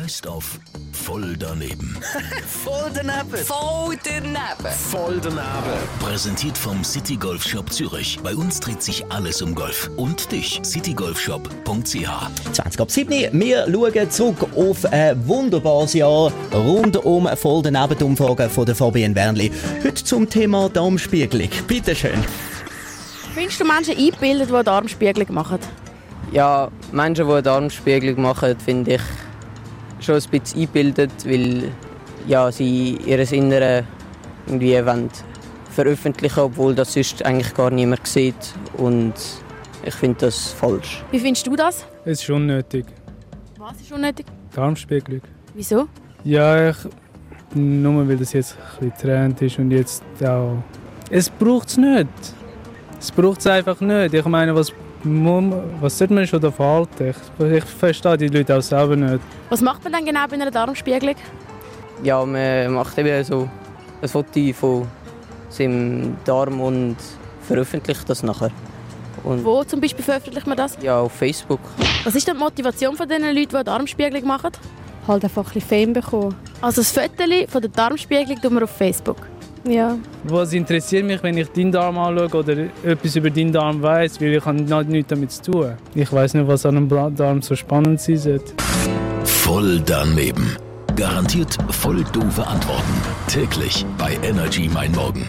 heißt auf Voll daneben. Voll daneben. Voll daneben. Voll daneben. Präsentiert vom City Golf Shop Zürich. Bei uns dreht sich alles um Golf. Und dich, citygolfshop.ch. 20 ab 7. Wir schauen zurück auf ein wunderbares Jahr rund um voll daneben die Umfrage von der Fabienne Wernli. Heute zum Thema Darmspiegelung. Bitte schön. Findest du Menschen eingebildet, die Darmspiegelung machen? Ja, Menschen, die eine Darmspiegelung machen, finde ich schon ein bisschen eingebildet, weil ja, sie ihr Innere irgendwie wollen veröffentlichen obwohl das sonst eigentlich gar niemand sieht. Und ich finde das falsch. Wie findest du das? Es ist unnötig. Was ist unnötig? Darmspiegelung. Wieso? Ja, ich, nur weil das jetzt ein bisschen Trend ist und jetzt auch... Es braucht es nicht. Es braucht es einfach nicht. Ich meine, was, muss- was sollte man schon davon halten? Ich, ich verstehe die Leute auch selber nicht. Was macht man denn genau bei einer Darmspiegelung? Ja, man macht eben so ein Foto von seinem Darm und veröffentlicht das nachher. Und Wo zum Beispiel veröffentlicht man das? ja, auf Facebook. Was ist denn die Motivation von den Leuten, die eine Darmspiegelung machen? halt einfach ein bisschen Fame bekommen. Also das Foto von der Darmspiegelung tun wir auf Facebook. Ja. Was interessiert mich, wenn ich deinen Darm anschaue oder etwas über deinen Darm weiß, weil ich habe noch nichts damit zu tun. Ich weiß nicht, was an einem Bla- Darm so spannend sein sollte. Voll daneben. Garantiert voll doofe Antworten. Täglich bei Energy Mein Morgen.